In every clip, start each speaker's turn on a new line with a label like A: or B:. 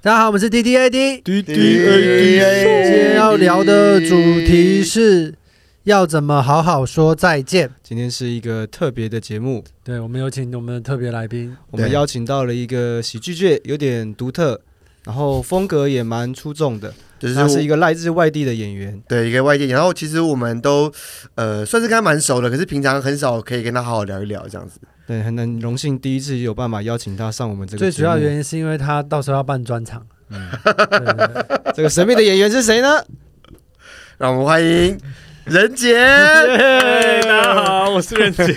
A: 大家好，我们是 T T A D，
B: 滴滴
A: 今
B: 哎
A: 天要聊的主题是要怎么好好说再见。
B: 今天是一个特别的节目，
A: 对，我们有请我们的特别来宾，
B: 我们邀请到了一个喜剧界有点独特，然后风格也蛮出众的，
C: 就是
B: 他是一
C: 个
B: 个来自外地的演员。
C: 对一个外地，然后其实我们都呃算是跟他蛮熟的，可是平常很少可以跟他好好聊一聊这样子。
B: 对，很很荣幸第一次有办法邀请他上我们这个
A: 最主要原
B: 因。
A: 因是因为他到时候要办专场。对对对
B: 这个神秘的演员是谁呢？
C: 让我们欢迎任杰。
D: 嗨，大家好，我是任杰。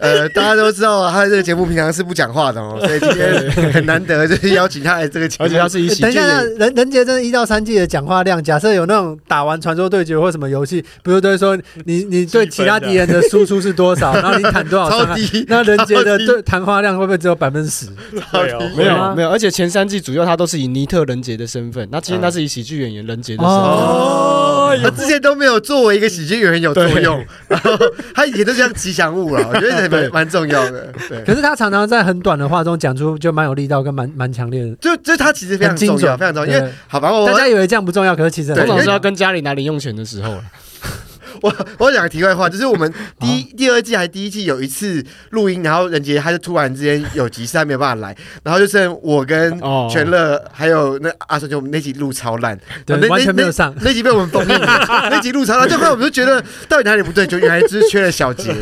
C: 呃，大家都知道他在这个节目平常是不讲话的哦，所以今天很难得就是邀请他来这个节
B: 而且
C: 目。
B: 他是以喜
A: 等一
B: 剧
A: 下，等一
B: 演
A: 下人人杰真的一到三季的讲话量，假设有那种打完传说对决或什么游戏，不是都会说你你对其他敌人的输出是多少，然后你砍多少伤
C: 超
A: 害？
C: 低，
A: 那人杰的
C: 超低
A: 对谈话量会不会只有百分之十？
C: 超低
D: 对哦
B: 没
A: 对啊
B: 有没有，而且前三季主要他都是以尼特人杰的身份，那今天他是以喜剧演员人杰的身份。
A: 哦
C: 他之前都没有作为一个喜剧演员有作用，然后他以前都像吉祥物了，啊我觉得也蛮蛮重要的。对，
A: 可是他常常在很短的话中讲出就蛮有力道跟蛮蛮强烈的，
C: 就就他其实非常
A: 很精
C: 重要，
A: 准，
C: 非常重要，
A: 对
C: 因为好吧，我
A: 大家以为这样不重要，可是其实
C: 对
A: 很重
B: 通常
A: 要
B: 是要跟家里拿零用钱的时 候了。
C: 我我讲个题外话，就是 我们第一、第二季还第一季有一次录音，然后任杰他就突然之间有急事，他没有办法来，然后就剩我跟
B: 哦
C: 全乐还有那阿顺，就我们那集录超烂，啊那
A: 对，
C: 那
A: 完全没有上
C: 那。那集被我们封 印了，那集录超烂，就后来我们就觉得到底哪里不对，就原来只是缺了 小杰，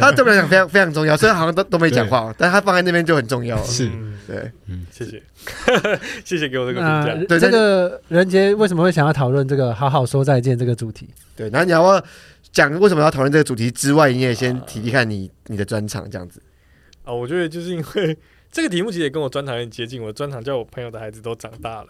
C: 他对我们来讲非常非常重要，虽然好像都都没讲话，但他放在那边就很重 要，
B: 是
D: 嗯
C: 对，
D: 谢 谢，谢谢给我这个评
A: 那
D: 价。
C: 对
A: 啊这个人杰为什么会想要讨论这个“好好说再见”这个主题？
C: 对，然后你要不要讲为什么要讨论这个主题之外，你也先提提看你你的专场这样子，
D: 啊，我觉得就是因为这个题目其实也跟我专长很接近，我专长叫我朋友的孩子都长大了，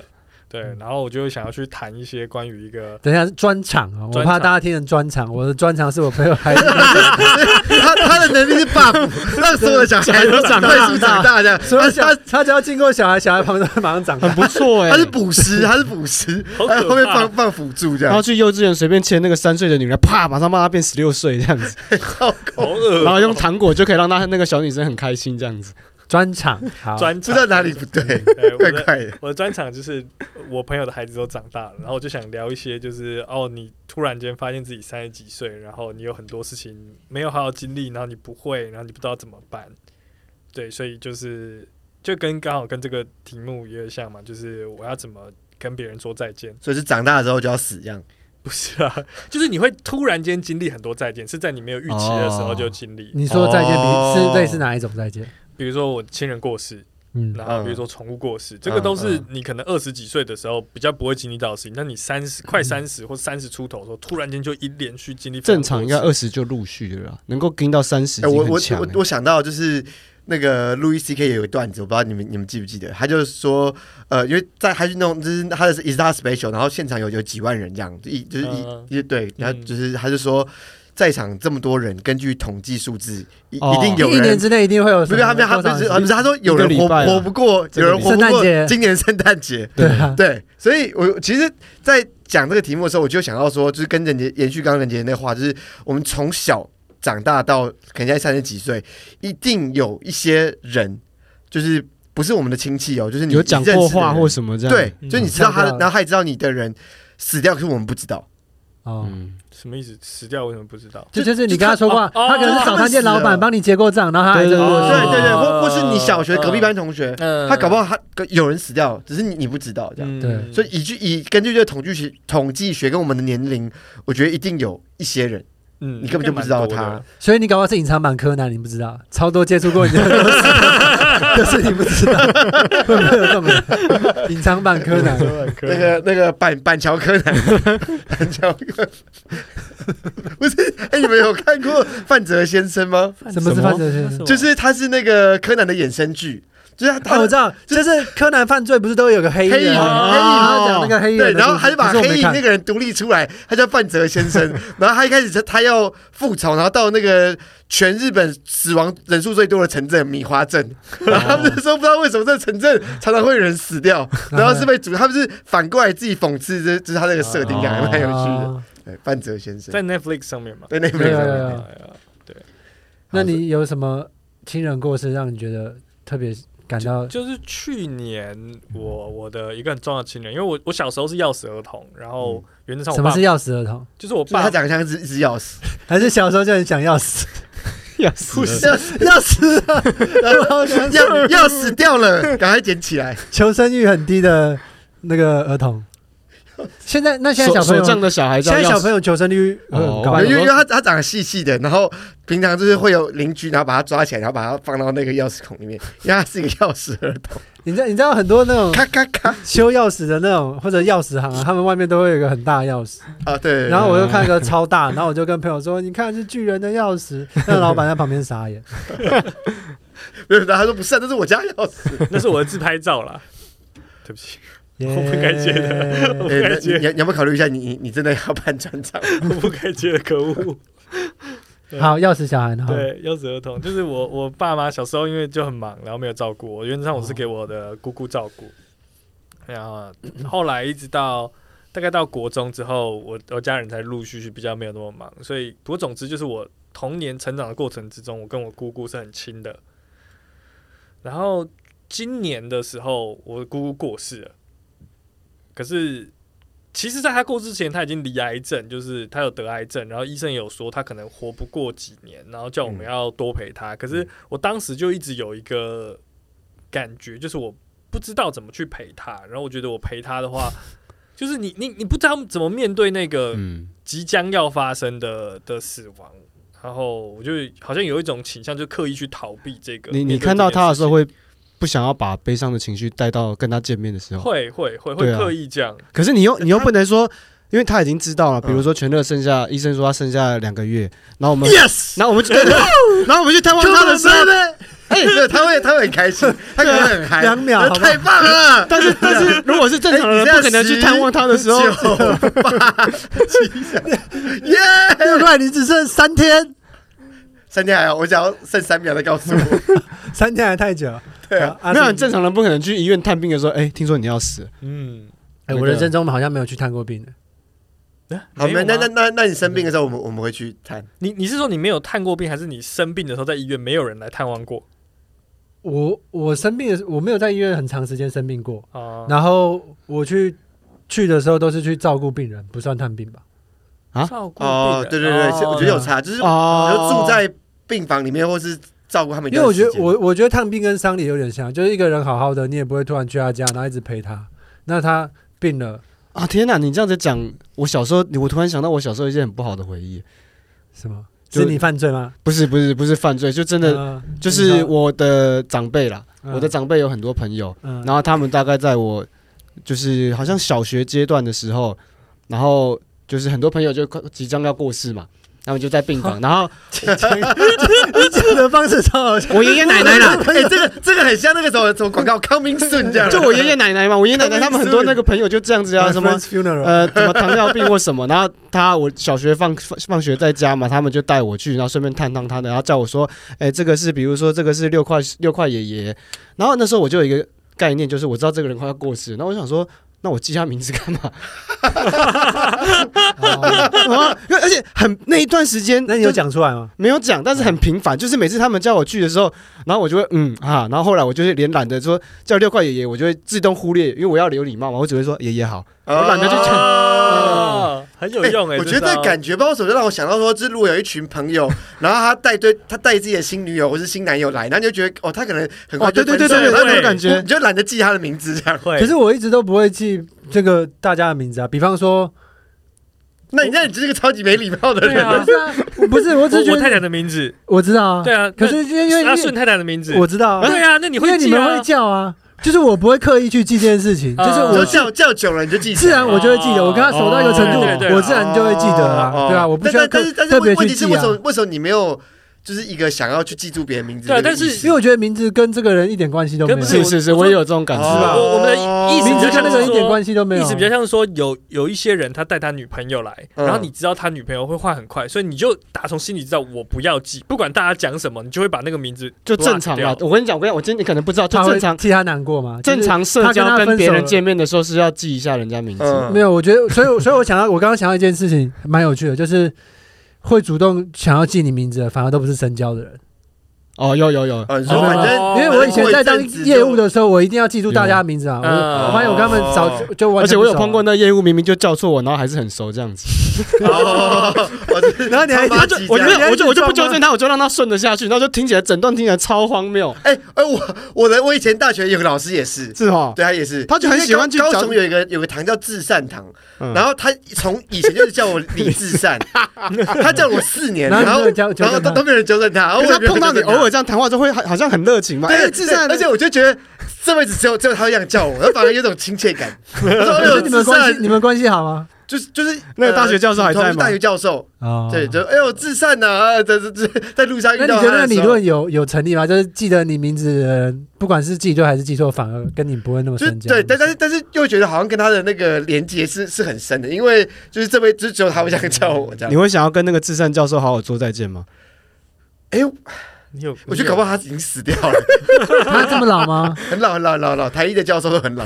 D: 对，然后我就想要去谈一些关于 一个
A: 等一下是专场啊，我
D: 专
A: 怕
D: 场
A: 大家听成专场。我的专场是我朋友 孩子，
C: 他他的能力是 buff，让所有的小孩都长快速长大这样。
A: 所以
C: 他
A: 我想
C: 他
A: 他只要经过小孩，小孩旁边马上长
B: 很
A: 大。
B: 不错哎、
C: 他是捕食，他是捕食，
D: 好
C: 他
D: 可
C: 后面
D: 怕
C: 放放辅助这
B: 然
C: 样
B: 后，去幼稚园随便牵那个三岁的女儿，啪，马上帮她变十六岁这样 子，
D: 好恶
B: 然后用糖果就可以让她那个小女生很开心这样子。
A: 专场好，
D: 专
C: 不知
D: 长。
C: 道哪里不对，
D: 对我
C: 怪
D: 的
C: 怪的。
D: 我的专长就是我朋友的孩子都长大了，然后我就想聊一些就是哦，你突然间发现自己三十几岁，然后你有很多事情没有好好经历，然后你不会，然后你不知道怎么办。对，所以就是就跟刚好跟这个题目也有像嘛，就是我要怎么跟别人说再见？
C: 所以是长大之后就要死一样。
D: 不是啊， 就是你会突然间经历很多再见，是在你没有预期的时候就经历。
A: 你说再见，
C: 哦
A: 比是类似哪一种再见？
D: 比如说我亲人过世，
A: 嗯，
D: 然后比如说宠物过世，这个
C: 嗯
D: 都是你可能二十几岁的时候比较不会经历到的事情。那你三十快三十或三十出头的时候，突然间就一连续经历非常
B: 正
D: 多
B: 常应
D: 次
B: 该二十就陆续了啦，啊能够跟到三十已
C: 哎，
B: 经
C: 我
B: 很
C: 我
B: 强、
C: 我
B: 了。
C: 我想到就是。那个路易 C K 也有一段子，我不知道你们你们记不记得，他就是说，呃，因为在他去弄，就是他的 Is That Special，然后现场有有几万人这样，就一就是一、
D: 嗯
C: 一对，然后就是他就说，在场这么多人，根据统计数字，一、
B: 哦
C: 一定有
A: 一
C: 人
A: 年之内一定会有
C: 不
A: 什
C: 是
A: 么
C: 他们，他
A: 多
C: 不
A: 少
C: 是，
A: 人
C: 他不是，他说有人
B: 一个
C: 活
B: 礼拜啊
C: 活不过，
B: 这
C: 有
B: 个
C: 人活
A: 圣
C: 不
A: 诞
C: 过
A: 节
C: 今年圣诞节。
A: 对啊，
C: 对，所以我其实，在讲这个题目的时候，我就想到说，就是跟人杰延续刚刚人杰那话，就是我们从小长大到可能现在三十几岁，一定有一些人，就是不是我们的亲戚哦，就是你
B: 有讲
C: 你认
B: 过
C: 识的人
B: 话或什么这样？
C: 对，
D: 嗯
C: 就是你知道他
A: 死
C: 的，
A: 掉
C: 然后他也知道你的人死掉，可是我们不知道。
A: 哦，
B: 嗯，
D: 什么意思？死掉为什么不知道？
A: 就就是你跟他说话，
D: 就就
A: 他可能是啊早餐店老板帮你结过账，然后他还在
B: 对
C: 对
D: 哦
C: 对对，或或是你小学隔壁
D: 嗯
C: 班同学，
D: 嗯
C: 他搞不好他有人死掉，只是你你不知道这样。
A: 对
C: 所以以据以根据这个统计学统计学跟我们的年龄，我觉得一定有一些人，
D: 嗯
C: 你根本就不知道他。
A: 所以你搞不好是隐藏版柯南，你不知道，超多接触过你 的人都知道，可是你不 知道，会不会有这种人？隐藏版柯南，
C: 那个那个板板桥柯 南，板桥柯南，不是？哎、你们有看过范泽先生吗？
A: 什么是犯罪先生？
C: 就是他是那个柯南的衍生剧，就是他
A: 哦，
C: 他、
A: 我知道，就是柯南犯罪不是都有个黑衣啊
C: 黑影
A: 人，
C: 黑影
A: 然后讲那个黑衣
C: 哦对，
A: 人的故事，
C: 然后他就
A: 可
C: 把
A: 是我
C: 黑
A: 没
C: 影
A: 看
C: 那个人独立出来，他叫范泽先生。然后他一开始他他要复仇，然后到那个全日本死亡人数最多的城镇米 花镇，
A: 哦
C: 然后他们就说不知道为什么这个城镇常
A: 嗯
C: 常会有人死掉，然后是被主，他们是反过来自己讽刺这，就是他那个设定，感还蛮有趣的。
A: 哦
C: 对，范泽先生
D: 在 Netflix 上面嘛。
C: 对那
A: 对啊对
C: 个
A: 啊那你有什么亲人过世让你觉得特别感到
D: 就是去年我我的一个很重要的亲人，因为我我小时候是钥匙儿童，然后原则上
A: 什
D: 我
A: 么
D: 爸
A: 是钥匙儿童？
D: 就是我
C: 嗯 就是他
D: 爸
C: 长得像一只一只钥匙，
A: 还是小时候就很想要 死？
B: 要死
C: 不
B: 了
C: 是
A: 要死啊了，
C: 要要死掉了，赶快捡起来。
A: 求生欲很低的那个儿童。现在那现在
B: 手
A: 小朋
B: 手
A: 友
B: 杖，的小孩叫
A: 现在
B: 钥
A: 小
B: 匙
A: 朋友求生欲会很
B: 哦
A: 高
B: 我
C: 因为
B: 有
C: 因
B: 时
C: 为
B: 候
C: 他他长得细细的，然后平常就是会有邻居，然后把他抓起来，然后把他放到那个钥匙孔里面，因为他是一个钥匙 儿童，
A: 你知道你知道很多那种
C: 咔咔咔
A: 修钥匙的那种或者钥匙行啊，他们外面都会有一个很大的钥匙。
C: 啊，对对，
A: 然后我就看一个超大，然后我就跟朋友说：“你看是巨人的钥 匙。”那个老板在旁边傻眼。
C: 对然后他说不是啊，那是我家钥匙，
D: 那是我的自拍照啦。 对不起，我不该接
A: 的。
C: 哎，那
D: 感觉
C: 你你要不要考虑一下，你你你真的要办专 场？
D: 我 不该接的，可恶。
A: 好，钥匙小孩呢？好
D: 对，幼稚儿童就是我，我爸妈小时候因为就很忙，然后没有照顾我，原则上我是给我的姑姑照顾。然后后来一直到大概到国中之后，我我家人才陆陆续续比较没有那么忙，所以不过总之就是我童年成长的过程之中，我跟我姑姑是很亲的。然后今年的时候，我的姑姑过世了，可是其实，在他过世之前，他已经罹癌症，就是他有得癌症，然后医生也有说他可能活不过几年，然后叫我们要多陪
B: 嗯
D: 他。可是我当时就一直有一个感觉，就是我不知道怎么去陪他，然后我觉得我陪他的话，就是你你你不知道怎么面对那个
B: 嗯，
D: 即将要发生的的死亡。然后我就好像有一种倾向，就刻意去逃避这个。
B: 你
D: 面
B: 你
D: 对
B: 看到他的时候
D: 这件
B: 会不想要把悲伤的情绪带到跟他见面的时
A: 哦
D: 事情
B: 候，
D: 会会会会
B: 对啊
D: 刻意这样，
B: 可是你又你又不能说，因为他已经知道了，
C: 嗯
B: 比如说全乐剩下医生说他剩下两个月，然后
A: 嗯
B: 我们
C: Yes，
B: 然后我们就 然后我们去探望他
C: 他
B: 的
C: 的
B: 时
C: 时
B: 候，
C: 候呢，哎，对他会他会很开心，他可能很 嗨，
A: 两秒好不好
C: 太 棒了。
B: 但是但是如果是正常的人，
C: 哎
B: 啊不可能去探望他的时 候，
C: 九八七三耶！
A: 六块，你只剩三天，
C: 三天还好，我想要剩三秒再告诉 我。
A: 三天还太久。
C: 对啊，
A: 好
B: 没有
A: 阿
B: 很
A: 信
B: 正常人不可能去医院探病的时候，哎，听说你要死了，
D: 嗯，
A: 哎，我人生中好像没有去探过病。
C: 好，
D: 没
C: 那
A: 啊
C: 那
D: 有吗
C: 那那那你生病的时候，我们我们会去探。
D: 你你是说你没有探过病，还是你生病的时候在医院没有人来探望过
A: 我我生病的时，我没有在医院很长时间生病过。
B: 嗯
D: 啊？
A: 然后我去去的时候都是去照顾病人，不算探病吧？
B: 啊
D: 照顾病人
C: 哦，对对对，是我觉得有差，就是就
B: 哦
C: 住在病房里面，或是照顾他们一
A: 因
C: 段
A: 为我
C: 时
A: 觉
C: 间。
A: 得我我觉得探病跟丧礼有点像，就是一个人好好的，你也不会突然去他家，然后一直陪他。那他病了
B: 啊天哪！你这样子讲，我小时候，我突然想到我小时候一件很不好的回忆，
A: 什么？
B: 就是
A: 你犯罪吗？
B: 不是不是不是犯罪，就真的
A: 的
B: 就是我的长辈啦，
A: 嗯
B: 我的长辈有很多朋友，
A: 嗯
B: 然后他们大概在我就是好像小学阶段的时候，然后就是很多朋友就快即将要过世嘛，他们就在病 房，然后
A: 你讲的方式超好笑。
B: 我爷爷奶奶啦，
C: 哎，这个这个很像那个什么什么广告，Coming soon 这样。
B: 就我爷爷奶奶嘛，我爷爷奶奶他们很多
C: Coming soon
B: 那个朋友就这样 子啊，什
A: My
B: 么
A: friend's funeral？
B: 呃什么糖尿病或什么，然后他我小学放 放放学在家嘛，他们就带我去，然后顺便探探他的，然后叫我说，哎，这个是比如说这个是六块六块爷爷，然后那时候我就有一个概念，就是我知道这个人快要过世，然后我想说。那我记他名字 干嘛？
A: 哦
B: 然后 而且很那一段时间，
A: 那你有讲出来吗？
B: 没有讲，但是很频繁，就是每次他们叫我去的时候，然后我就会嗯啊，然后后来我就是连懒得说叫六块爷爷，我就会自动忽略，因为我要留礼貌嘛，我只会 说爷爷好。
C: 哦
B: 我懒得去讲
D: 哦，很 有用哎、
C: 我觉
D: 这
C: 得
D: 招
C: 感觉不知道为什么就让我想到说，就是如果有一群 朋友，然后他带对他带自己的新女友或是新男友来，然后你就觉得哦，他可能很快
B: 哦，
C: 就
B: 对对对
C: 分手
B: 对对，
C: 了
B: 那
C: 然后
B: 种
D: 对
B: 感
C: 你就
B: 觉
C: 你，就懒得记他的名字这样。
D: 会，
A: 可是我一直都不会记这个大家的名字啊。比方说，
C: 那你那你就是个超级没礼貌的
D: 对
C: 人。
D: 啊，
A: 不是，我
D: 我
A: 只是觉
D: 我太
A: 得
D: 太的名字，
A: 我知道啊。
D: 对啊，
A: 可是因为因为
D: 阿顺太太的名字，
A: 我知道啊，
D: 对啊，那你
A: 因
D: 会
A: 为你
D: 记
A: 们
D: 啊
A: 会？叫啊，就是我不会刻意去记这件事情，
D: 啊
A: 就是
C: 你就
A: 我
C: 叫叫久了你就记起来。
A: 自然我就会记得。
D: 哦
A: 我跟他熟到一个程度
B: 对对
D: 对，啊
A: 我自然就会记得
C: 哦
A: 啊，
C: 哦
A: 对啊，我不
C: 但
A: 需要
C: 但
A: 特
C: 但是但是
A: 特别
C: 问问
A: 去
C: 题是
A: 记
C: 为什
A: 啊。
C: 么为什么你没有就是一个想要去记住别人名字的
D: 对
C: 那个意
D: 但
C: 思？
D: 是
A: 因为我觉得名字跟这个人一点关系都没有，
D: 跟
B: 是是是，我也有这种感
C: 哦
B: 受。
C: 吧
D: 我我们的
C: 哦
D: 意思
A: 啊名
D: 就
A: 字
D: 像
A: 跟那个人一点
D: 说。
A: 关系都没有
D: 意
A: 啊。
D: 思比较像说有有一些人他带他女朋友来，
C: 嗯
D: 然后你知道他女朋友会换很快，所以你就打从心里知道我不要记，不管大家讲什么，你就会把那个名字
B: 就正常啦
D: block。掉
B: 我跟你讲，我跟你讲，我今天你可能不知道，就
A: 他会
B: 正常
A: 替他难过嘛，就是
B: 正常社交
A: 他跟他
B: 跟
A: 分
B: 别
A: 手
B: 人
A: 了
B: 见面的时候是要记一下人家名字。
C: 嗯
A: 没有，我觉得，所以，所以我想到，我刚刚想到一件事情，蛮有趣的，就是会主动想要记你名字的，反而都不是深交的人。
B: 哦，有有有，
C: 啊，你说反正
A: 因为我以前在当业务的时候，我一定要记住大家的名字啊。
D: 有
A: 我我发现我跟他
C: 哦
A: 们早就就完
B: 而且
A: 全
B: 我
A: 不熟啊
B: 有碰过那业务，明明就叫错我，然后还是很熟这样子。
C: 哦，
A: 然后你还
C: 他
B: 就
C: 记
B: 我就
A: 这样
B: 没有我就我就不
A: 你还
B: 纠正他，我就让他顺着下去，然后就听起来整段听起来超荒谬，
C: 哎哎，我我的我以前大学有个老师也是，哦
B: 是哈。
C: 对他也是，
B: 他就很喜欢去
C: 因为高
B: 讲
C: 高雄有一个有个堂叫至善堂，
B: 嗯
C: 然后他从以前就是叫我李至善，他叫我四年，
A: 然后
C: 然
A: 没
C: 后
A: 有人纠纠正
C: 然后
A: 他
C: 都都没有人纠正他，然后
B: 可
C: 我
B: 是他
C: 也没有
B: 碰到你
C: 纠正
B: 偶
C: 他
B: 尔这样谈话之后，会好好像很热情嘛。哎，
C: 对，
B: 至善，
C: 而且我就觉得这辈子只有只有他会这样叫我，然后反而有种亲 切感。我说哎
A: 可
C: 呦，
A: 是你们关
C: 至
A: 系
C: 善
A: 你们关系好吗？
C: 就是就是
B: 那个大学教授还在吗哦
C: 呃同大学教授，
A: 啊
C: 对，就哎呦至善呐，啊这这这在路上遇
A: 那你
C: 到
A: 觉得那
C: 他
A: 个
C: 的
A: 理
C: 时候
A: 论。有有成立吗？就是记得你名字的人，不管是记对还是记错，反而跟你不会那么
C: 就
A: 深交。
C: 对，但但是但是又觉得好像跟他的那个连接是是很深的，因为就是这辈子只有他会这样叫我这样
B: 你。会想要跟那个至善教授好好说再见吗？
C: 哎、
D: 你有，
C: 我觉得搞不好他已经死掉了，
A: 他这么老吗？
C: 很老很老很老很老，台一的教授都很老。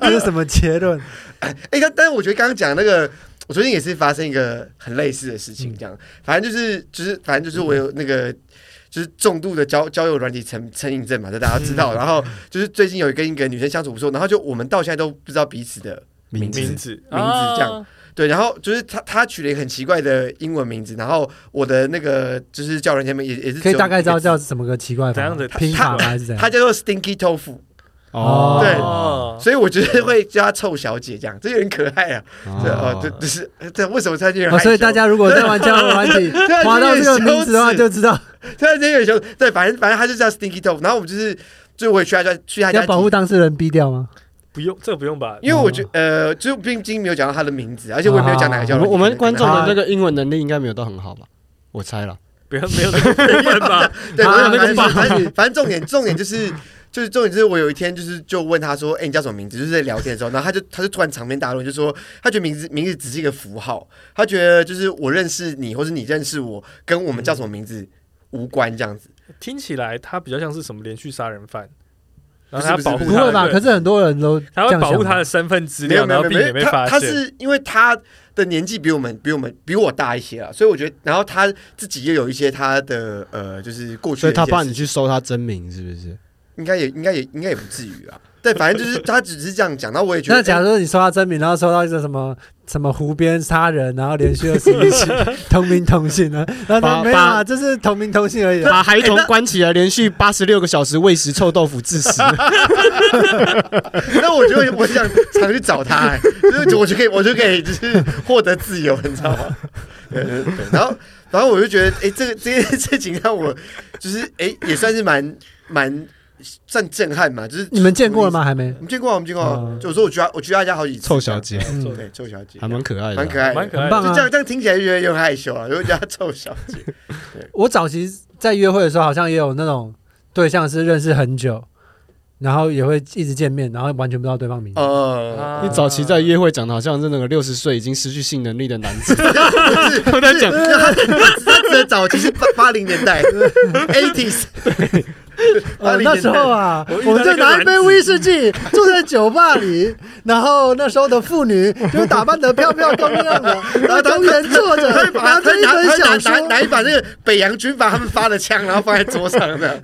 A: 这是什么结论？
C: 哎、但但是我觉得刚刚讲那个，我昨天也是发生一个很类似的事
A: 嗯
C: 情，这样，反正就是就是反正就是我有那个。就是重度的交交友软体成成瘾症嘛，这大家都知
A: 嗯
C: 道。然后就是最近有跟一个女生相处不错，然后就我们到现在都不知道彼此的
B: 名字
D: 名字啊
C: 这样，对，然后就是他他取了一个很奇怪的英文名字，然后我的那个就是叫人前面也也是
A: 可以大概知道
C: 叫
A: 叫什么个奇怪法
D: 怎样的
A: 拼法吗？还是怎
C: 他
A: 样？
C: 叫做 Stinky Tofu，
A: 哦
C: 对
D: 哦，
C: 所以我觉得会叫她臭小姐这样，这有点可爱啊。对哦，这这是这为什么他就有点
A: 哦，
C: 害羞
A: 所以大家如果在玩交友软体，
C: 对啊
A: 滑到这个名字的话，
C: 有点羞
A: 就知道
C: 耻突然间有点羞耻对，反正反正他就叫 Stinky Tofu，然后我们就是就我也去他家去他家
A: 要保护当事人低调吗？
D: 不用，这个不用吧？
C: 因为我觉得呃，就毕竟没有讲到他的名字，而且我也没有讲哪个叫
B: 我们我们观众
A: 啊
B: 的那个英文能力应该没有到很好吧？我猜了，
D: 不要没有这个部 分吧？
C: 对，
A: 啊
C: 反
A: 那
C: 正
A: 个
C: 反正
A: 爸
C: 反正反正重点重点就是就是重点就是我有一天就是就问他说，哎、你叫什么名字？就是在聊天的时候，然后他就他就突然长篇大论，就说他觉得名字名字只是一个符号，他觉得就是我认识你，或是你认识我，跟我们叫什么名字无关这样子。
D: 听起来他比较像是什么连续杀人犯，然后
C: 不
D: 他
C: 是
D: 保护
A: 不
C: 是
D: 他
A: 会
D: 的
A: 吧？
D: 对
A: 可是很多人都这
D: 他
A: 样
D: 会
A: 想吧。
D: 保护他的身份资
C: 没有没有
D: 料，然后避
C: 没有
D: 免
C: 没
D: 被
C: 有，他
D: 发
C: 他
D: 现。
C: 是因为他的年纪比我们比我们比我大一些啊，所以我觉得，然后他自己又有一些他的呃，就是过去
B: 所
C: 的
B: 以
C: 一些
B: 他
C: 事情，
B: 怕你去搜他真名是不是？
C: 应该也应该也应该也不至于啊。对，反正就是他只是这样讲，然后我也觉得，
A: 那假如说你收到真名，然后收到一个什么什么湖边杀人，然后连续二十一起同名同姓呢？然后
B: 把
A: 说没有啊，
B: 把
A: 这是同名同姓而已啊。
B: 把孩童关起来，连
C: 哎
B: 续八十六个小时喂食臭豆腐致 死。
C: 哎那我就会我想常去找他、欸，就是我就可以我就可以就是获得自由，你知道吗？对对对然后然后我就觉得，哎、这个这件事情让我就是哎、诶也算是蛮蛮算震撼嘛，就是
A: 你们见过了？吗？还没
C: 我。们见过啊，我们见过啊。
A: 嗯
C: 就我说我去他我去他家好几次，
B: 臭小姐
A: 嗯
C: 对臭小姐
B: 还蛮可爱的啊，
C: 蛮可爱的，
D: 蛮可爱
A: 很棒
D: 的，
A: 啊
C: 就这样这样听起来就觉得有点害羞啊，就叫他臭小姐。
A: 我早期在约会的时候，好像也有那种对象是认识很久，然后也会一直见面，然后完全不知道对方名字。
D: 啊
C: 哦、
B: 你早期在约会讲的好像是那个六十岁已经失去性能力的男子， 我在讲
C: 他指的早期是八八零年代，eighties，
A: 呃，那时候啊，
D: 我遇到
A: 我们就
D: 那个
A: 拿
D: 男
A: 一杯
D: 子
A: 威士忌，坐在酒吧里，然后那时候的妇女就打扮得漂漂亮亮的，然后中原坐着，
C: 他会
A: 拿
C: 把
A: 着
C: 他
A: 一
C: 拿
A: 本
C: 他
A: 小
C: 拿拿拿
A: 说，
C: 一把那个北洋军阀他们发的枪，然后放在桌上的，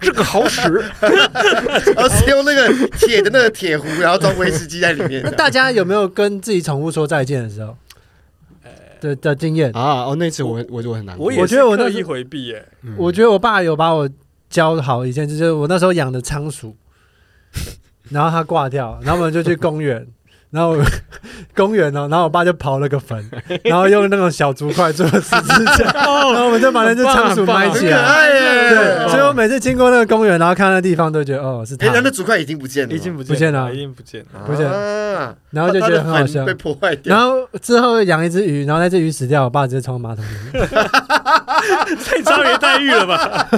B: 这个好使，
C: 然后是用那个铁的那个铁壶，然后装威士忌在里面
A: 那。大家有没有跟自己宠物说再见的时候
C: 呃
A: 的的经验？
B: 啊！哦，那次我我我很难过，
D: 我也
A: 我觉得我那
D: 是刻
A: 时
D: 意回避耶，
B: 嗯
A: 我觉得我爸有把我教好一件事，就是我那时候养的仓 鼠，然后它挂掉，然后我们就去公园，然后我 公园哦，然后我爸就刨了个 坟，然后用那种小竹筷做十字架，
C: 哦
A: 然后我们就把那只仓鼠埋
C: 很
A: 起
C: 可
A: 来。
C: 爱
A: 对，
C: 耶！
A: 所以我每次经过那个公园，然后看那地方，都觉得哦是
C: 哎，
A: 它
C: 那，那竹筷已经不见了，
D: 已经不
A: 不见了
D: 了，已经不见了。
A: 不见
C: 了，
A: 然后就觉得很好笑
C: 他的坟。被破坏掉。
A: 然后之后养一只鱼，然后那只鱼死掉，我爸直接冲马桶里面，
D: 太招人待遇了吧？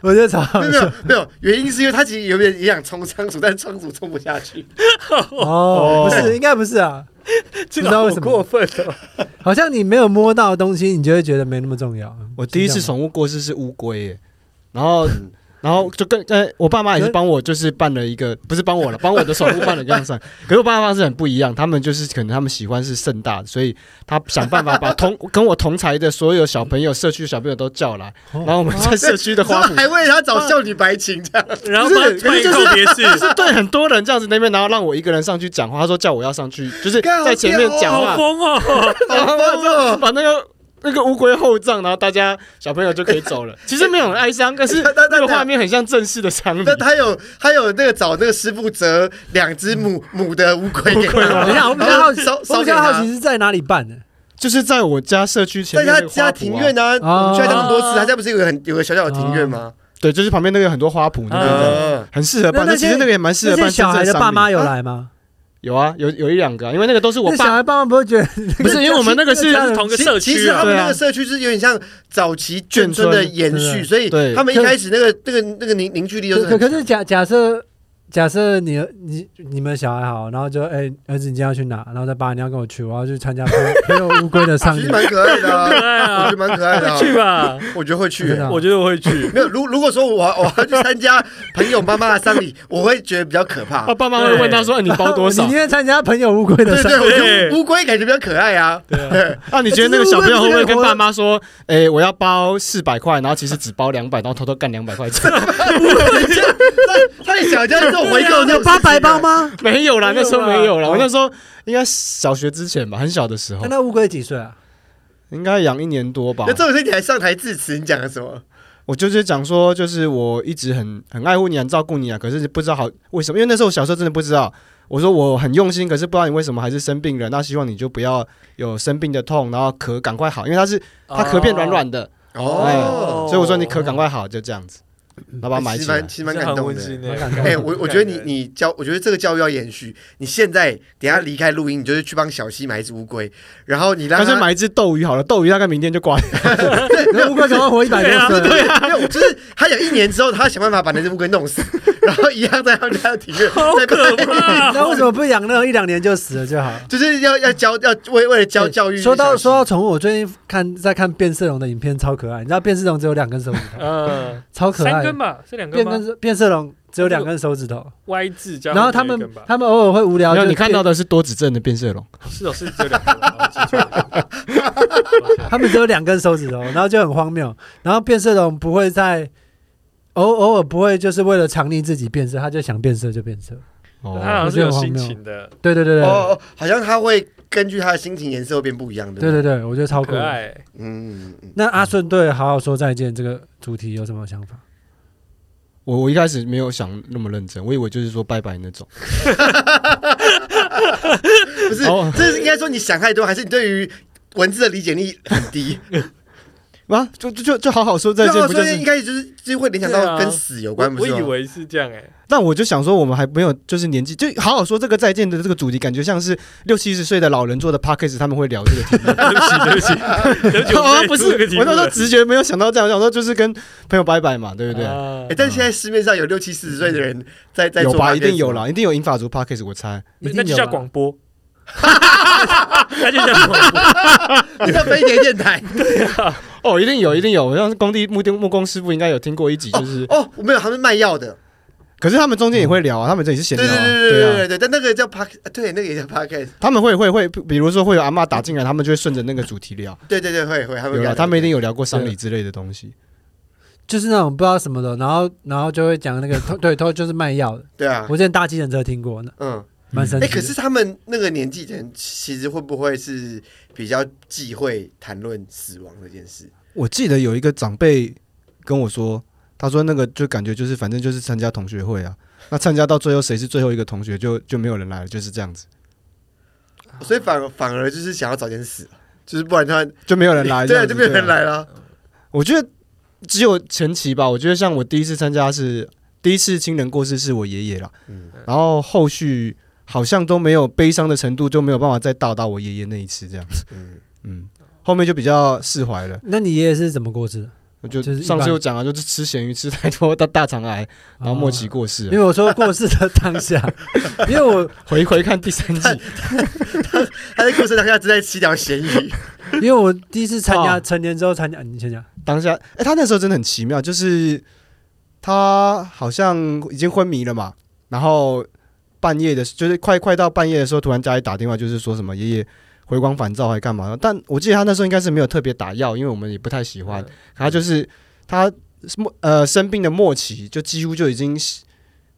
A: 我觉得超好
C: 没有没
A: 笑
C: 有没有，原因是因为他其实有点也想冲仓鼠，但是仓鼠冲不下去。
A: 哦，不是，应该不是 啊，
D: 这
A: 不知道
D: 个
A: 为
D: 好
A: 什么
D: 过分哦！
A: 好像你没有摸到的东西，你就会觉得没那么重要。
B: 我第一次
A: 是这样吗
B: 宠物过世是乌龟耶，然后然后就跟呃，我爸妈也是帮我，就是办了一个，不是帮我了，帮我的守护办了一个样上。可是我爸妈是很不一样，他们就是可能他们喜欢是盛大的，所以他想办法把同 跟我同才的所有小朋友、社区小朋友都叫来，
A: 哦
B: 然后我们在社区的
C: 怎么
B: 花 圃
C: 还为他找少女白情这样？
D: 然后
B: 不
D: 把
B: 是
D: 它办一个告别式，
B: 是对很多人这样子那边，然后让我一个人上去讲话。他说叫我要上去，就是
C: 干
B: 在前面
C: 好屌哦
B: 讲
D: 好
B: 话，
D: 疯哦！
B: 然后
C: 好棒哦
B: 把那个那个乌龟厚葬，然后大家小朋友就可以走了。其实没有很哀伤，但是
C: 但但
B: 那个画面很像正式的丧礼
C: 那。他有他有那个找那个师傅折两只母母的乌龟给他，
A: 等一下，我比较
C: 然
A: 好
C: 后
A: 奇，
C: 烧
A: 啊我
C: 烧
A: 比
C: 给
A: 较好
C: 他
A: 奇，是在哪里办的？
B: 就是在我家社区前
C: 在
B: 面
C: 他
B: 那个花圃啊
C: 家庭院啊，
A: 哦
C: 我们去他那么多次，
D: 哦
C: 他家不是有个很有个小小的庭院吗？
B: 对，就是旁边那个很多花圃那边的，
C: 嗯，
B: 很适合办。
A: 那
B: 那
A: 那些
B: 其实那个也蛮适
A: 那
B: 合
A: 些
B: 办
A: 小孩
B: 真
A: 的
B: 正丧
A: 爸
B: 礼
A: 妈有来吗？
B: 有啊，有有一两个啊，因为那个都是我
A: 那小
B: 爸，
A: 孩爸妈不会觉得
B: 不是因为我们那个是
A: 这。
D: 是同个
C: 其
D: 社
C: 其
D: 区
C: 实他
D: 啊，
C: 们
B: 对啊
C: 那个社区是有点像早期眷村的延续，
A: 对
C: 所以
B: 对
C: 他们一开始那个那个那个凝凝聚力都是
A: 可可
C: 很
A: 可是假假设假设你你你们小孩好，然后就哎、儿子你今天要去哪？然后再爸你要跟我去，我要去参加朋友 朋友乌龟的丧
C: 其
A: 礼
C: 实。蛮可爱的
D: 可
C: 啊，
D: 爱
C: 我觉
D: 啊
C: 得，蛮可爱的啊
D: 会，去吧？
C: 我觉得会去
A: 真的
C: 欸。
A: 啊
D: 我觉得我会去。
C: 没有，如如果说我我要去参加朋友妈妈的丧礼， 我会觉得比较可怕
B: 他。爸妈会问他说：“哎你包多 少
A: 你今天参加朋友乌龟的
C: 对
A: 啊丧
C: 对，我觉
D: 对
C: 得乌龟感觉比较可爱啊。？”
B: 那你觉得那个小朋友会不会跟爸妈说：“哎，我要包四百块，然后其实只包两百，然后偷偷干两百块钱
C: 他他也想家这种回 购，
A: 有八百包？吗？”
B: 没有啦，那时候没有啦。
A: 哦
B: 我那时候应该小学之前吧，很小的时候
A: 那，那乌龟几岁啊？
B: 应该养一年多吧
C: 那。这种事你还上台致辞，你讲的什么？
B: 我就是讲说，就是我一直很很爱护你啊，很照顾你啊，可是不知道好为什么，因为那时候我小时候真的不知道。我说我很用心，可是不知道你为什么还是生病了。那希望你就不要有生病的痛，然后咳赶快好，因为它是它壳变软
C: 啊
B: 软的，哎
C: 哦，
B: 所以我说你壳赶快好，就这样子，然后把它埋
C: 哎其
B: 起
C: 实
B: 哎来
C: 蛮。其实蛮感
D: 很
C: 动
D: 温
C: 的
D: 馨。
A: 蛮
D: 的
A: 感。动的
C: 哎、我我觉得你你教，我觉得这个教育要延续。你现在等一下离开录音，你就是去帮小溪买一只乌龟，然后你让
B: 干脆
C: 它
B: 买一只斗鱼好了，斗鱼大概明天就挂。
A: 那乌龟赶快活一百多岁。
C: 对啊，没有，就是他养一年之后，他想办法把那只乌龟弄死， 然后一样在他们家的庭院，
D: 好
C: 再
D: 可
C: 卖
D: 怕！
A: 那为什么不养那种一两年就死了就 好？
C: 就是要要教要为为了教教育。
A: 说到说到，宠物，我最近看在看变色龙的影片，超可爱。你知道变色龙只有两根手指 头，
D: 嗯，
A: 超可
D: 三
A: 爱。
D: 根吧，是两根
A: 变
D: 吗
A: 根变色龙只有两根手指头，
D: ？Y 字加，
A: 然后他们他们偶尔会无聊，
B: 然后
A: 就
B: 你看到
A: 变
B: 的是多指症的变色龙，
D: 是哦，是只有两根吗。我记错了
A: 他们只有两根手指头，然后就很荒谬。然后变色龙不会在偶偶尔不会就是为了藏匿自己变色，他就想变色就变色。
D: 他
B: 哦，
D: 好像是有心情的，
A: 对对对对，
C: 哦，好像他会根据他的心情颜色会变不一样的。
A: 对对对，我觉得超酷
D: 可
A: 的。
D: 爱。
C: 嗯，嗯，
A: 那阿顺对《好好说再见》这个主题有什么想法？
B: 我我一开始没有想那么认真，我以为就是说拜拜那种。
C: 嗯不是
B: 哦，
C: 这是应该说你想太多，还是你对于文字的理解力很低？
B: 啊，就就就就好好说再见，
C: 对啊
B: 不就
C: 所以
B: 是
C: 一开始就是就会联想
D: 对
C: 到
D: 啊
C: 跟死有
D: 我
C: 关，不
D: 我
C: 是
D: 以
C: 吗？
D: 为是这样哎，
B: 但我就想说，我们还没有就是年纪，就好好说这个再见的这个主题，感觉像是六七十岁的老人做的 podcast，他们会聊这个题目。
D: 对不起，对不起， 对不 起，
B: 啊
D: 我
B: 不是，
D: 这个题目
B: 我那时候
D: 了
B: 直觉没有想到这样，我想说就是跟朋友拜拜嘛，对不对？
D: 啊
C: 哎，但现在市面上有六七四十岁的人在在
B: 有
C: 做
B: 吧，
C: podcast
B: 一定有
C: 吗。
B: 啦，一定有英法族 podcast，我猜。
A: 一
D: 那
A: 定
D: 就
A: 有
D: 叫
A: 吧
D: 广播，那就叫广播。
C: 你看飞碟电台
B: 哦，一定有，一定有。我像工地木工木工师傅应该有听过一集，就是，
C: 哦，我没有，他们卖药的。
B: 可是他们中间也会聊啊，他们这里是闲
C: 对
B: 聊啊，
C: 对对对对
B: 啊，
C: 对对，但那个叫 p a r k 对，那个也叫 p a r k
B: 他们会会会，比如说会有阿嬷打进来，他们就会顺着那个主题聊。
C: 对对对，会会，他们
B: 有
C: 聊
B: 啦，
C: 的
B: 他们一定有聊过丧礼之类的东西。
A: 就是那种不知道什么的，然后然后就会讲 那个偷对偷就是卖药的。
C: 对啊，
A: 我之前搭计程车听过，那
C: 嗯，
A: 蛮神
C: 哎、
A: 奇的。
C: 可是他们那个年纪的人，其实会不会是比较忌讳谈论死亡这件事？
B: 我记得有一个长辈跟我说，他说那个就感觉就是反正就是参加同学会啊，那参加到最后谁是最后一个同学就就没有人来了，就是这样子，
C: 所以反而反而就是想要早点死，就是不然他
B: 就没有人来，这
C: 对啊，
B: 样子
C: 就没有人。
B: 对啊
C: 来了。
B: 我觉得只有前期吧，我觉得像我第一次参加是第一次亲人过世是我爷爷啦，
C: 嗯
B: 然后后续好像都没有悲伤的程度，就没有办法再到达我爷爷那一次这样子，
C: 嗯，
B: 嗯，后面就比较释怀了。
A: 那你爷爷是怎么过世的？
B: 我就
A: 就是一般
B: 上次有讲啊，就是吃咸鱼吃太多到大肠癌，然
A: 哦
B: 后末期哦过世了
A: 因为我说过世的当 下，因为我
B: 回回看第三季，
C: 他在过世当下正在吃条咸鱼，
A: 因为我第一次参加嗯
B: 哦
A: 成年之后参加，你先讲。
B: 当下，哎、他那时候真的很奇妙，就是他好像已经昏迷了嘛，然后半夜的，就是快快到半夜的时候，突然家里打电话，就是说什么爷爷回光返照还干嘛？但我记得他那时候应该是没有特别打药，因为我们也不太喜欢。他就是他末呃生病的末期，就几乎就已经心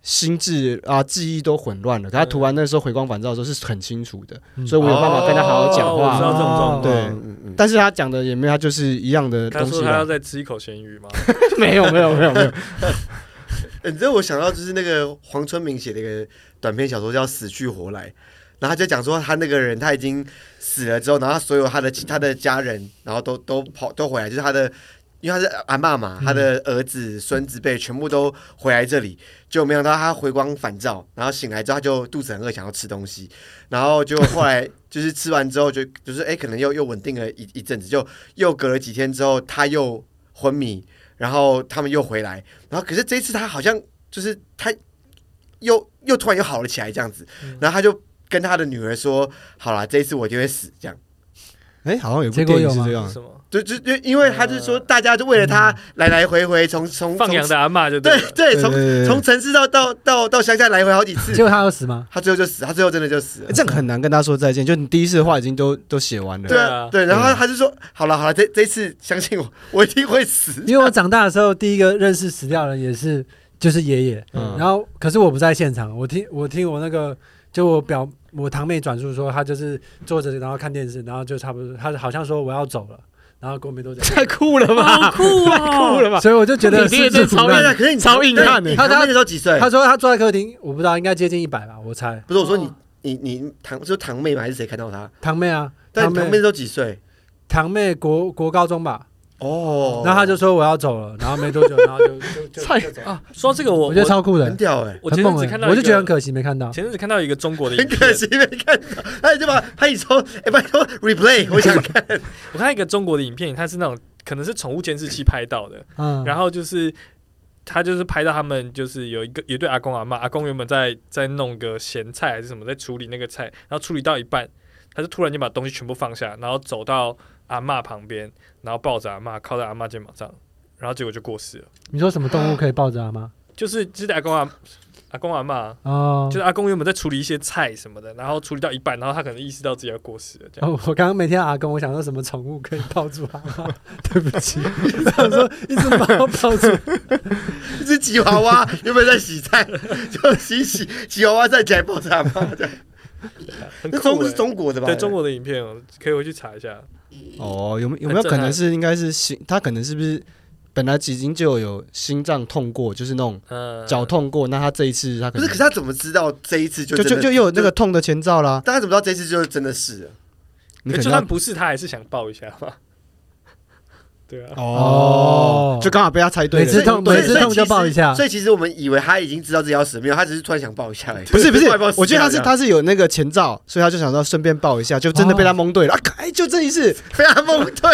B: 心智啊记忆都混乱了。可他
D: 嗯
B: 突然那时候回光返照的时候是很清楚的，
A: 嗯
B: 所以我有办法跟他好好讲
D: 哦我知道
B: 话。
D: 这种状况。
B: 对
C: 嗯嗯
B: 但是他讲的也没有，他就是一样的
D: 他
B: 东
D: 说
B: 西啊
D: 他要
B: 啦。
D: 再吃一口咸鱼吗？
B: 没有没有没有没有，
C: 欸你知道我想到就是那个黄春明写的一个短篇小说叫《死去活来》，然后他就讲说他那个人他已经死了之后，然后他所有他的他的家人，然后都都跑都回来，就是他的。因为他是阿嬷嘛，他的儿子、孙子辈全部都回来这里，就没想到他回光返照，然后醒来之后他就肚子很饿，想要吃东西，然后就后来就是吃完之后就就是哎、可能又又稳定了一一阵子，就又隔了几天之后他又昏迷，然后他们又回来，然后可是这一次他好像就是他又又突然又好了起来这样子，然后他就跟他的女儿说：“好啦，这一次我就会死。”这样，
B: 哎，好像有部
A: 结果
B: 电
A: 有
B: 影是
A: 吗
B: 这样
D: 是。吗？
C: 就就就因为他就说，大家就为了他来来回回从从
D: 放羊
C: 从
D: 的阿嬷就
C: 对
D: 了。
C: 对，
B: 对
C: 哎从
B: 对
C: 从城市到到到到乡下来回好几次
A: 结，果他有死吗？
C: 他最后就死，他最后真的就死了
B: 欸。这样很难跟他说再见，就你第一次的话已经都都写完了。
C: 对
D: 对
C: 啊
D: 啊，
C: 对，然后
B: 对
C: 他就说：“好了好了，这这次相信我，我一定会死。
A: 因为我长大的时候，第一个认识死掉的人也是就是爷爷，
B: 嗯，
A: 然后可是我不在现场，我听我听我那个就我表我堂妹转述说，她就是坐着然后看电视，然后就差不多，她好像说我要走了，然后过没多久
B: 太酷了吧！
E: 好酷哦，
B: 太酷 了吧！
A: 所以我就觉得
E: 你爹
A: 是
E: 真
A: 是腐
E: 超”
A: 烂
C: 对
E: 越
C: 啊，
A: 的。
C: 可是你
B: 超硬汉
C: 对
B: 欸
C: 你他那个时候几岁？
A: 她说她坐在客厅，我不知道应该接近一百吧，我猜
C: 不是我说你你你堂就堂妹吗？还是谁看到他？
A: 堂妹啊，
C: 但
A: 堂
C: 你堂妹
A: 妹
C: 都几岁？
A: 堂妹国国高中吧，
C: 哦，
A: 然后她就说我要走了，然后没 多久，然后就就就
B: 菜
A: 就走了，
D: 啊，说到这个我
A: 我觉得超酷
C: 很
A: 的，
C: 屌哎、
D: 我
A: 很
D: 前阵
A: 猛
D: 子
A: 欸
D: 看到，
A: 我就觉得很可惜没 看到。
D: 前阵子看到一个中国的影
C: 很
D: 片，
C: 可惜没看到。他已经把他已从哎，拜托 replay，我想看。
D: 我看到一个中国的影片，它是那种可能是宠物监视器拍到的，
A: 嗯，
D: 然后就是他就是拍到他们就是有一个有一对阿公阿妈，阿公原本在在弄个咸菜还是什么，在处理那个菜，然后处理到一半，他就突然间把东西全部放下，然后走到阿嬷旁边，然后抱着阿嬷，靠在阿嬷肩膀上，然后结果就过世了。
A: 你说什么动物可以抱着它吗？
D: 就是就是阿 公阿阿公阿嬷，
A: 哦，
D: 就是阿公原本在处理一些菜什么的，然后处理到一半，然后他可能意识到自己要过世了，这样。
A: 哦，我刚刚每天阿公，我想说什么宠物可以抱住阿妈， 对不起，我想说一只猫抱 住，
C: 一只吉娃娃原本在洗菜，就洗洗吉娃娃站起来抱着阿妈。
D: 很
C: 那
D: 酷
C: 中不
D: 欸
C: 是中国的吧？
D: 对中国的影片哦，可以回去查一下。
B: 哦，有没有没有可能是应该是心？他可能是不是本来已经就有心脏痛过，就是那种
D: 嗯，
B: 绞痛过？那他这一次他可
C: 不是？
B: 能
C: 可是他怎么知道这一次就
B: 就
C: 真
B: 就
C: 的
B: 就又有那个？痛的前兆啦。
C: 大家怎么知道这一次就真的是了？
B: 你
D: 可
B: 可
D: 就
B: 能
D: 算
B: 要
D: 不是他，还是想抱一下嘛。对啊，
B: 哦
A: 哦，
B: 就刚好被他猜对
A: 每次
B: 了。
A: 痛
C: 所以
A: 每次
C: 所以
A: 痛
C: 其
A: 就
C: 实
A: 抱一下
C: 所以其实我们以为他已经知道自己要死，没有，他只是突然想抱一下而已。
B: 不是不是
C: 突然抱，死
B: 我觉得他是
C: 掉
B: 他是有那个前兆，所以他就想到顺便抱一下，就真的被
A: 哦
B: 他蒙对了。啊，哎，就这一次，
C: 这样被他蒙 对。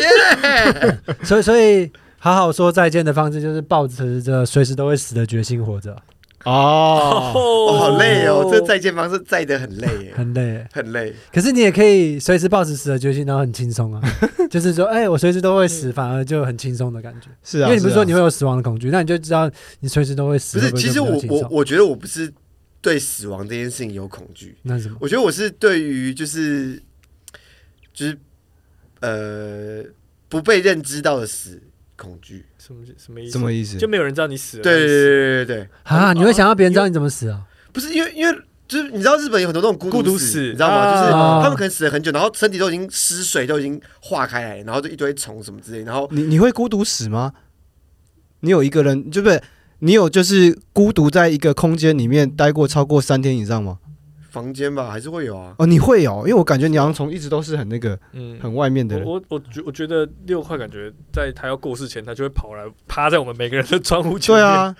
C: 耶
A: 所以所以好好说再见的方式就是抱持着随时都会死的决心活着，
B: 哦，
C: 我好累哦，这再见方式载的很累耶，
A: 很累。
C: 很累。
A: 可是你也可以随时抱持死的决心，然后很轻 松啊，就是说，哎、我随时都会死，反而就很轻松的感觉。
B: 是啊，
A: 因为你不
B: 是
A: 说
B: 啊
A: 你会有死亡的恐惧，那你就知道你随时都会死。
C: 不是
A: 会，会
C: 其实
A: 就比较
C: 我
A: 轻
C: 我
A: 松
C: 我觉得我不是对死亡这件事情有恐惧，
A: 那是什么？
C: 我觉得我是对于就是就是呃不被认知到的死恐惧。
D: 什么什么意思？
B: 什么意思
D: 就？没有人知道你死了。
C: 对对
D: 你死了
C: 对对对对，
A: 啊，你会想要别人知
C: 因
A: 道你怎么死啊？
C: 不是因为因为。就是你知道日本有很多那种孤
D: 孤独
C: 死，
D: 死
C: 你知道吗？
D: 啊
C: 就是
A: 啊
C: 他们可能死了很久，然后身体都已经失水，都已经化开来，然后就一堆虫什么之类，然后
B: 你你会孤独死吗？你有一个人，就不是你有就是孤独在一个空间里面待过超过三天以上吗？
C: 房间吧还是会有啊。
B: 哦，你会有，因为我感觉你好像从一直都是很那个
D: 嗯，
B: 很外面的人。
D: 我我我觉我觉得六块感觉在他要过世前，他就会跑来趴在我们每个人的窗户前
B: 对
D: 面，
B: 啊，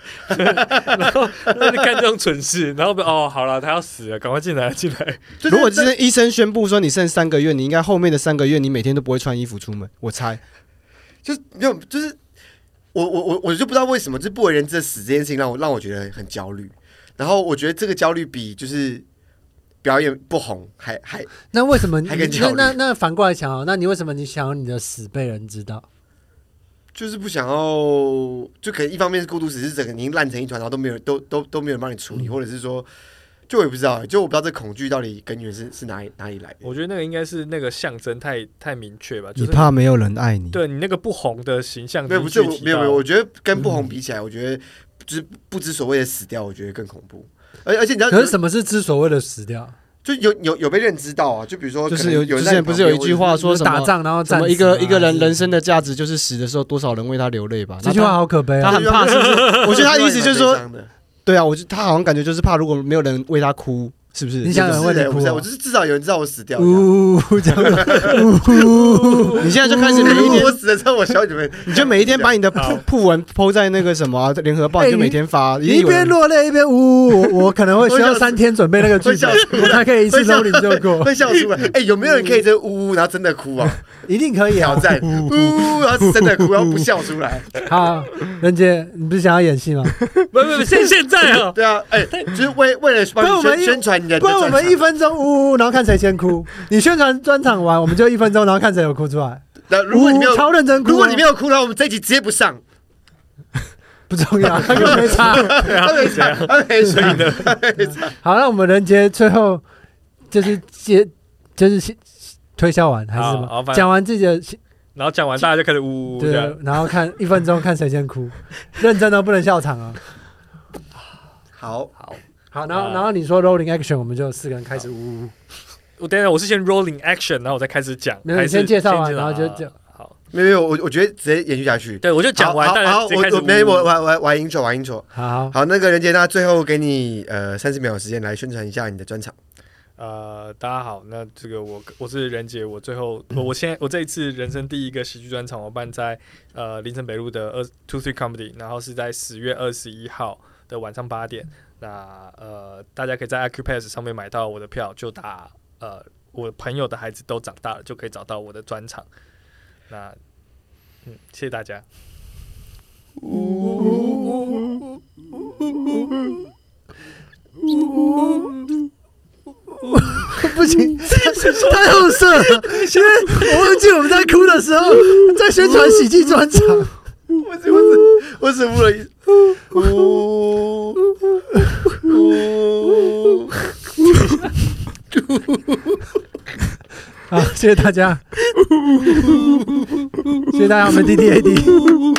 D: 然后在 那干这种蠢事，然后被哦好了，他要死了，赶快进来进来。
C: 就是
B: 如果
C: 在
B: 真的医生宣布说你剩三个月，你应该后面的三个月你每天都不会穿衣服出门，我猜。
C: 就是没有，就是我我我我就不知道为什么，就是不为人知的死这件事情让我让我觉得很焦虑。然后我觉得这个焦虑比就是表演不红还还
A: 那为 什么你
C: 还跟
A: 那
C: 巧
A: 哦那
C: 遇
A: 那反过来想啊？那你为什么你想要你的死被人知道？
C: 就是不想要，就可能一方面是过度只是整个已经烂成一团，然后都没有人都都都没有人帮你处
D: 嗯
C: 理，或者是说，就我也不知道，就我不知道这恐惧到底根源是是哪里哪里来的。
D: 我觉得那个应该是那个象征太太明确吧，就
B: 你
D: 是
B: 怕没有人爱你，
D: 对你那个不红的形象
C: 没有，不
D: 已
C: 是
D: 经
C: 我
D: 具体
C: 没有没有，
D: 到嗯
C: 我觉得跟不红比起来，我觉得就是不知所谓的死掉，我觉得更恐怖。而而且
B: 呃
C: 你知道
A: 可是什么是之所谓的死掉？
C: 就有有有被认知到啊，就比如说
B: 就
C: 可
B: 是
C: 能
B: 有
C: 有
B: 之
C: 人在
B: 前
C: 你
B: 不是
C: 旁
B: 有
C: 边
B: 一句
C: 或者
B: 话说
A: 就是
B: 什
A: 打
B: 么
A: 仗然后
B: 什
A: 战
B: 么
A: 死
B: 一个
A: 啊
B: 一个人
A: 是
B: 人生的价值就是死的时候多少人为他流泪吧？
A: 这句话好可悲
B: 他
A: 啊
B: 很！怕，是不是？我觉得他的意思就是说，
C: 这句话也蛮悲伤的
B: 对啊，我就他好像感觉就是怕如果没有人为他哭，是不是？
A: 你想
C: 不
A: 有人为
C: 是
A: 你
C: 欸我不
A: 哭
C: 知道，
A: 啊
C: 我就是至少有人知道我死掉。你
A: 呜呜呜，这样
B: 你现在就开始
C: 知道
B: 每
C: 吗
B: 一
C: 如果
B: 天，
C: 我死了之后，我小你们，
B: 你就每一天把你的
D: 好
B: 铺铺文剖在那个什么啊联合报，
A: 哎
B: 你就每
A: 你
B: 天发，
A: 你一
B: 有人
A: 边落泪一边呜，我我可能会需
C: 我
A: 要
C: 想
A: 三天准备那个剧
C: 我想
A: 本，我才可以一次都领就过，
C: 会笑出来。哎，有没有人可以这呜呜，然后真的哭啊？
A: 一定可以啊
C: 挑！战呜呜，然后是真的哭，然后不笑出来。
A: 好，任杰，你不是想要演 戏吗？
D: 不不不，现现在啊，
C: 对啊，哎，就是为为了
A: 不然
C: 帮
A: 我
C: 你
A: 们
C: 宣
A: 一
C: 宣传你的
A: 不
C: 专
A: 然
C: 场。
A: 我们一分钟呜呜，然后看谁先哭。你宣传专场完，我们就一分钟，然后看谁有哭出来。
C: 那如果你没
A: 呜
C: 有
A: 呜，超认真哭哦，
C: 如果你没有哭，然后我们这一集直接不上。
A: 不重 要，他又没差。
C: 他没上，他没上的。
A: 好，那我们人杰最后就是接就是先推销完还是什
D: 好好
A: 么
D: 反？正
A: 讲完自己的
D: 然后讲完大家就开始呜呜呜
A: 对啊
D: 这样，，
A: 然后看一分钟看谁先哭，认真的不能笑场啊。
C: 好，
A: 好，然后
D: 啊
A: 然后你说 rolling action，我们就四个人开始呜呜。
D: 我等一下我是先 rolling action，然后我再开始讲，
A: 没有
D: 还是
A: 你先介绍完然后就
D: 啊
A: 就
D: 好，
C: 没有没有，我我觉得直接延续下去。
D: 对我就讲完，
C: 好
D: 大
C: 好
D: 家
C: 好，
D: 直接开
C: 我
D: 始
C: 我没
D: 呜
C: 我
D: 呜
C: 玩玩玩 intro 玩 intro。
A: 好，
C: 好，那个任杰，那最后给你呃三十秒时间来宣传一下你的专场。
D: 呃，大家好，那这个我我是任杰，我最后我我现在我这一次人生第一个喜剧专场，我办在呃林森北路的二 Two Three Comedy，然后是在十月二十一号的晚上八点。那呃，大家可以在 Acupass 上面买到我的票，就打呃我朋友的孩子都长大了，就可以找到我的专场。那嗯，谢谢大家。
A: 不行， 太后色了，因为我忘记我们在哭的时候在宣传喜剧专场。
C: 我只我只我只不了一呜呜，
A: 啊好，谢谢大家，谢谢大家，我们 D D A D。